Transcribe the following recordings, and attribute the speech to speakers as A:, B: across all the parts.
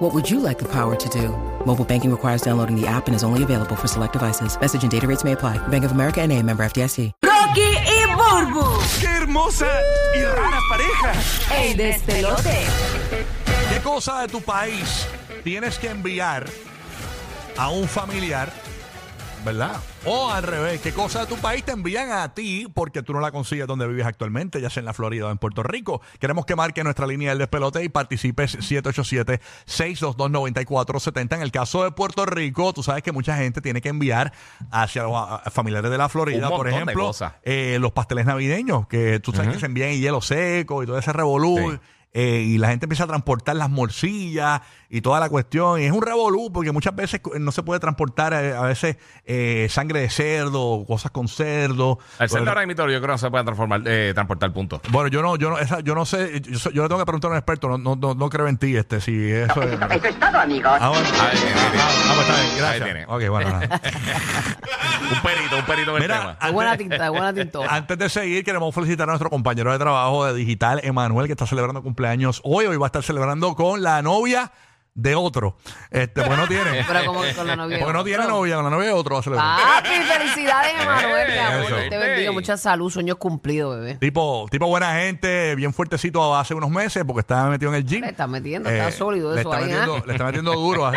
A: What would you like the power to do? Mobile banking requires downloading the app and is only available for select devices. Message and data rates may apply. Bank of America and a member FDIC.
B: Rocky y Burbu.
C: ¡Qué hermosa y rara pareja!
B: El despelote.
C: ¿Qué cosa de tu país tienes que enviar a un familiar, verdad? O al revés, ¿qué cosa de tu país te envían a ti porque tú no la consigues donde vives actualmente, ya sea en la Florida o en Puerto Rico? Queremos que marque nuestra línea del despelote y participes 787-622-9470. En el caso de Puerto Rico, tú sabes que mucha gente tiene que enviar hacia los a- a familiares de la Florida,
D: Un
C: por
D: montón de
C: ejemplo,
D: cosas.
C: eh, los pasteles navideños, que tú sabes que se envían en hielo seco y todo ese revolú.
D: Sí.
C: eh, y la gente empieza a transportar las morcillas y toda la cuestión. Y es un revolú porque muchas veces cu- no se puede transportar eh, a veces eh, sangre de cerdo, cosas con cerdo.
D: El centro
C: Bueno,
D: ahora mismo yo creo que no se puede transformar, eh, transportar punto.
C: bueno, yo no, yo no, esa- yo no sé, yo, so- yo le tengo que preguntar a un experto, no, no, no, no creo en ti, este, si eso es.
E: Eso es todo, amigos.
C: Ah, bueno.
D: Ahí tiene, ahí tiene.
C: Ah, ah, pues está bien,
D: Ahí
C: gracias.
D: tiene.
C: Ok, bueno, nada.
D: Un perito, un perito en el
C: Mira,
D: tema.
C: antes-
B: Buena tinta, buena tinta.
C: Antes de seguir, queremos felicitar a nuestro compañero de trabajo de digital, Emanuel, que está celebrando cumpleaños hoy. Hoy va a estar celebrando con la novia de otro. Este, pues no tiene.
B: Pero como que con la novia.
C: Porque no tiene
B: Otro.
C: novia, con la novia de otro va a celebrar.
B: Papi, felicidades, Emanuel. mi amor.
C: Eh, Eso.
B: Te bendigo. Mucha salud, sueños cumplidos, bebé.
C: Tipo, tipo buena gente, bien fuertecito hace unos meses porque estaba metido en el gym.
B: Le está metiendo, está sólido
C: Eh, le
B: eso
C: está
B: ahí,
C: metiendo,
B: ¿ah?
C: Le está metiendo duro. Así,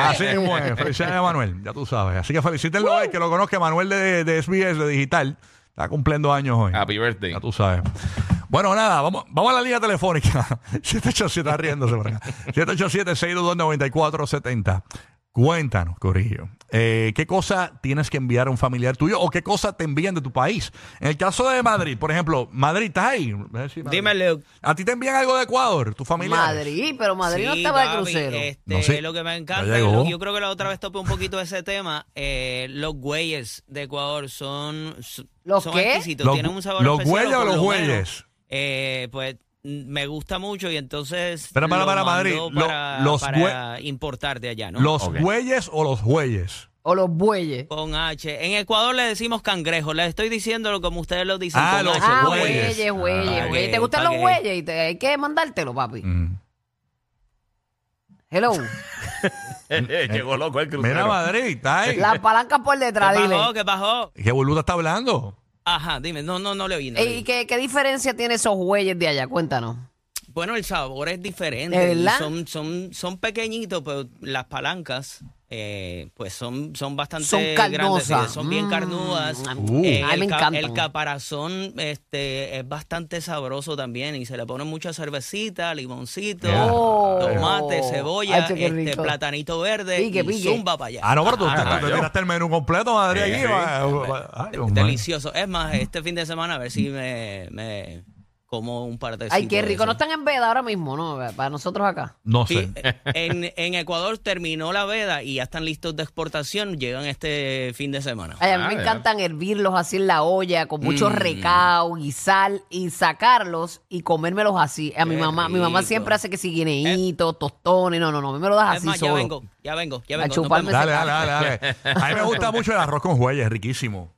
C: así mismo es. Felicidades, Emanuel. Ya tú sabes. Así que felicítenlo
B: Uh.
C: hoy, que lo conozca Emanuel de, de SBS, de digital. Está cumpliendo años hoy.
D: Happy birthday.
C: Ya tú sabes. Bueno, nada, vamos, vamos a la línea telefónica. 787, está riéndose por acá. 787-622-9470. Cuéntanos, Corillo. eh, ¿Qué cosa tienes que enviar a un familiar tuyo o qué cosa te envían de tu país? En el caso de Madrid, por ejemplo, Madrid, ¿estás ahí? Dime,
F: Dímelo.
C: ¿A ti te envían algo de Ecuador, tu familia?
B: Madrid, pero Madrid no
F: Sí,
B: estaba de
F: papi,
B: crucero.
F: Este,
C: No sé.
F: Lo que
C: Ya
F: me encanta,
C: llegó.
F: lo que yo creo que la otra vez topé un poquito de ese tema. eh, los güeyes de Ecuador son. son-
B: ¿Los
F: son
B: qué?
F: exquisitos,
C: Los
F: tienen
C: gu-
F: un sabor
C: ¿los
F: especial,
C: güeyes o
F: por
C: los
F: lo menos,
C: güeyes?
F: eh, pues mm, me gusta mucho y entonces.
C: Espera, para,
F: lo
C: para,
F: mandó
C: Madrid, lo-
F: Para,
C: los
F: para importar de allá, ¿no?
C: ¿Los
D: Ok.
C: güeyes o los güeyes?
B: O los bueyes.
F: Con H. En Ecuador le decimos cangrejo. Les estoy diciéndolo como ustedes lo dicen.
C: Ah,
F: con
C: los
F: H,
B: Ah,
C: güeyes.
B: bueyes, bueyes,
F: Ah,
B: bueyes.
F: ok,
B: ¿Te gustan
F: pa'
B: los
F: qué.
B: bueyes? Y te- hay que mandártelo, papi.
C: Mm.
B: Hello.
D: Llegó loco el
C: eh, Mira,
D: crucero.
C: Madrid, ¿estás ahí?
B: Las palancas por detrás,
F: ¿Qué
B: dile.
F: bajó? ¿Qué bajó?
C: ¿Qué boluda está hablando?
F: Ajá, dime. No, no, no le oí. no le
B: Ey,
F: oí.
B: ¿Y qué, qué diferencia tiene esos bueyes de allá? Cuéntanos.
F: Bueno, el sabor es diferente.
B: ¿De
F: y
B: verdad?
F: Son, son, son pequeñitos, pero las palancas eh, pues son, son bastante
B: Son
F: grandes. sí,
B: carnosas.
F: Son bien
B: Mm.
F: carnudas.
B: Uh.
F: Eh,
B: Ay, me
F: el, ca-
B: encantan.
F: el caparazón este, es bastante sabroso también y se le pone mucha cervecita, limoncito,
C: Yeah.
B: Oh.
F: tomate, cebolla,
B: Ay, che, qué
F: este,
B: rico.
F: platanito verde
B: Pique,
F: y
B: pique.
F: zumba para allá.
C: Ah, no, pero tú,
D: Ah,
C: tú
D: yo.
C: tiraste el menú completo, Madrid,
D: Sí,
C: allí.
D: sí.
C: va- va- ay, Dios mío.
F: Delicioso. Es más, este fin de semana a ver si me, me como un par de
B: Ay, qué
F: de
B: rico. No
F: esos.
B: están en veda ahora mismo, ¿no? Para nosotros acá.
C: No
F: Sí,
C: sé.
F: eh, en, en Ecuador terminó la veda y ya están listos de exportación. Llegan este fin de semana.
B: Ay, a mí
D: Ah, Mm.
B: me
D: ya.
B: encantan hervirlos así en la olla, con mucho recao y sal, y sacarlos y comérmelos así. A mi
F: Qué
B: mamá, mi mamá
F: rico.
B: siempre hace que si
D: Eh.
B: guineitos, tostones, no, no, no, a mí me lo das
F: es
B: así
F: más, ya
B: solo.
F: vengo, ya vengo, ya
B: A
F: vengo. Nos
B: chuparme
F: vemos.
C: Dale, dale, dale, dale. A mí me gusta mucho el arroz con jueyes, riquísimo.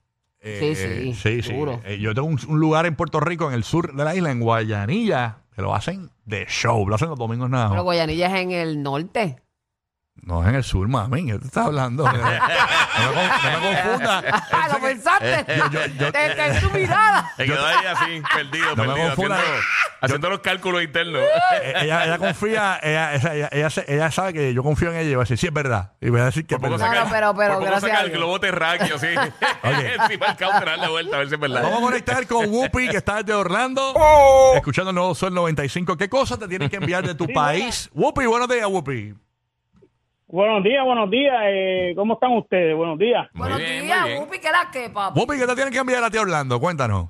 C: Eh,
B: Sí, sí,
C: sí, sí.
B: duro.
C: Eh, yo tengo un, un lugar en Puerto Rico, en el sur de la isla, en Guayanilla, que lo hacen de show, lo hacen los domingos nada
B: Pero
C: más.
B: Guayanilla es en el norte.
C: No es en el sur, mami, ¿qué te estás hablando? no me, con- no me confundas.
B: Ah, lo
D: eh,
B: pensaste. Te- te- en tu mirada.
D: Se quedó ahí así, perdido,
C: No me
D: perdido,
C: confunda.
D: haciendo, haciendo los cálculos internos.
C: Eh, Ella, ella confía, ella, ella, ella- ella se- ella sabe que yo confío en ella y va a decir, sí, es verdad. Y voy a decir que es
D: Por poco
C: verdad.
B: saca-
D: saca-
B: No, no, pero- pero
D: por poco
B: gracias
D: saca
B: a
D: el
B: Dios.
D: globo terráqueo, sí. Encima el caucho, dar la vuelta, a ver si es verdad.
C: Vamos a conectar con Whoopi, que está desde Orlando,
B: Oh.
C: escuchando el nuevo Sol 95. ¿Qué cosas te tienen que enviar de tu país? Whoopi, buenos días, Whoopi.
G: Buenos días, buenos días. Eh, ¿Cómo están ustedes? Buenos días.
D: Muy
B: Buenos
D: bien,
B: días,
D: muy bien.
B: Upi, ¿qué la que, papi?
C: Whoopi, ¿qué te tienen que enviar a ti a Orlando? Cuéntanos.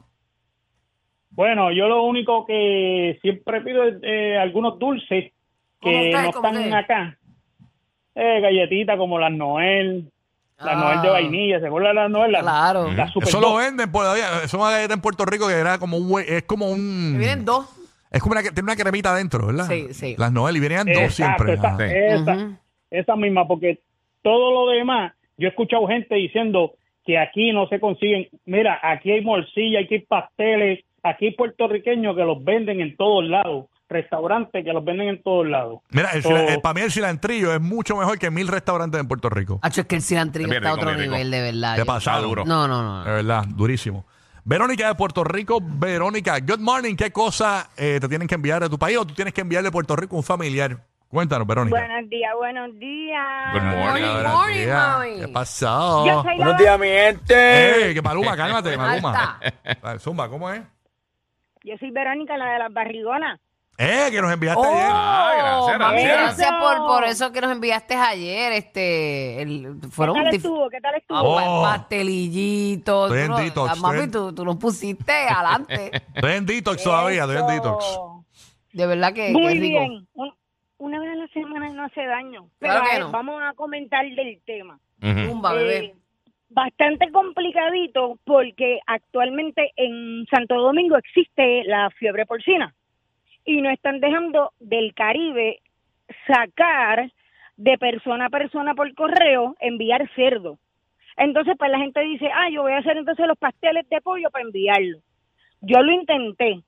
G: Bueno, yo lo único que siempre pido es eh, algunos dulces
B: ¿Cómo
G: que
B: qué?
G: no
B: ¿Cómo
G: están
B: qué?
G: acá. Eh, galletitas como las Noel, la
B: Ah.
G: Noel de vainilla, ¿se acuerdan de la Noel? La,
B: Claro.
D: Mm.
G: la Super
C: Eso lo
G: Dog.
C: venden por todavía. Eso va a en Puerto Rico que era como un. hue- Es como
B: Me
C: un.
B: Vienen dos.
C: Es como una, que- tiene una cremita adentro, ¿verdad?
B: Sí, sí.
C: Las Noel y venían dos
G: Exacto,
C: siempre.
G: esa,
C: Ajá.
G: esa, esa misma, porque todo lo demás, yo he escuchado gente diciendo que aquí no se consiguen, mira, aquí hay morcilla, aquí hay pasteles, aquí hay puertorriqueños que los venden en todos lados, restaurantes que los venden en todos lados.
C: Mira, el,
G: So,
C: cila- eh, para mí el cilantrillo es mucho mejor que mil restaurantes en Puerto Rico.
B: Hacho, es que el cilantrillo
D: Bien
B: está a
D: rico,
B: otro
D: bien rico.
B: nivel, de verdad.
C: Te
B: Yo-
C: pasa
D: Está duro. Eh.
B: No, no, no.
C: De
B: no.
C: verdad, durísimo. Verónica de Puerto Rico, Verónica, good morning. ¿Qué cosa eh, te tienen que enviar de tu país o tú tienes que enviarle de Puerto Rico a un familiar? Cuéntanos, Verónica.
E: Buenos días, buenos días.
D: Good morning.
C: Buenos
B: Good morning,
C: días.
B: mami.
C: ¿Qué pasó?
E: Yo soy la,
H: Buenos días, mi gente.
C: ¡Ey, que Maluma, cálmate, Maluma!
B: Alta.
C: Dale, Zumba, ¿cómo es?
E: yo soy Verónica, la de las barrigonas.
C: ¡Eh, que nos enviaste
B: Oh,
C: ayer!
D: Ah, gracias,
B: mami,
D: gracias.
B: gracias por, por eso que nos enviaste ayer. Este, el-
E: ¿Qué
B: fueron
E: tal
B: dif-
E: estuvo? ¿Qué tal estuvo?
B: Ah,
C: Oh.
B: pa- pastelillitos.
C: Estoy en
B: Tú no-
C: detox,
B: ah, Mami,
C: estoy en-
B: tú, tú nos pusiste adelante.
C: Estoy en detox todavía, estoy en detox.
E: Eso.
B: De verdad que, que
E: Muy
B: es rico.
E: bien. Un- Una vez a la semana no hace daño. Pero
B: Claro
E: a
B: que
E: ver,
B: no.
E: vamos a comentar del tema.
D: Ujú.
B: Zumba,
E: Eh,
B: bebé.
E: bastante complicadito porque actualmente en Santo Domingo existe la fiebre porcina y no están dejando del Caribe sacar de persona a persona por correo enviar cerdo. Entonces, pues la gente dice, ah, yo voy a hacer entonces los pasteles de pollo para enviarlo. Yo lo intenté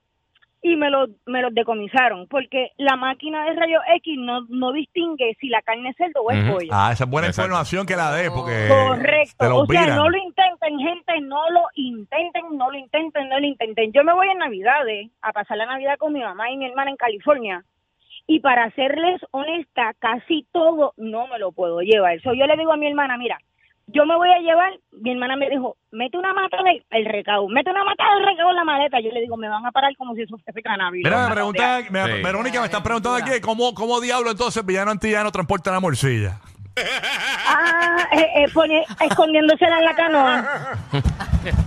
E: y me los me los decomisaron porque la máquina de rayos X no, no distingue si la carne es cerdo o es
D: Ujú.
E: pollo.
C: Ah, esa es buena
D: Exacto. Oh.
C: información que la des, porque te
E: Correcto.
C: lo
E: O sea,
C: miran.
E: no lo intenten, gente, no lo intenten, no lo intenten, no lo intenten. Yo me voy en Navidades a pasar la Navidad con mi mamá y mi hermana en California. Y para serles honesta, casi todo no me lo puedo llevar. So, yo le digo a mi hermana, mira, yo me voy a llevar, mi hermana me dijo, mete una mata del el recao, mete una mata del recao en la maleta. Yo le digo, me van a parar como si eso fuese cannabis.
C: Mira,
E: O
C: me
E: sea,
C: preguntan, me-
D: Sí.
C: Verónica me están preguntando aquí, ¿cómo, cómo diablo entonces Villano Antillano transporta la morcilla?
E: Ah, eh, eh, pone- escondiéndosela en la canoa.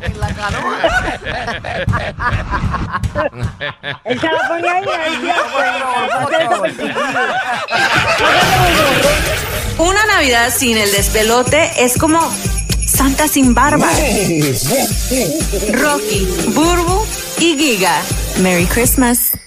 B: En la canoa.
E: Él se la ponía ahí, él decía, pues, entonces,
I: Una Navidad sin el despelote es como Santa sin barba. Rocky, Burbu y Giga. Merry Christmas.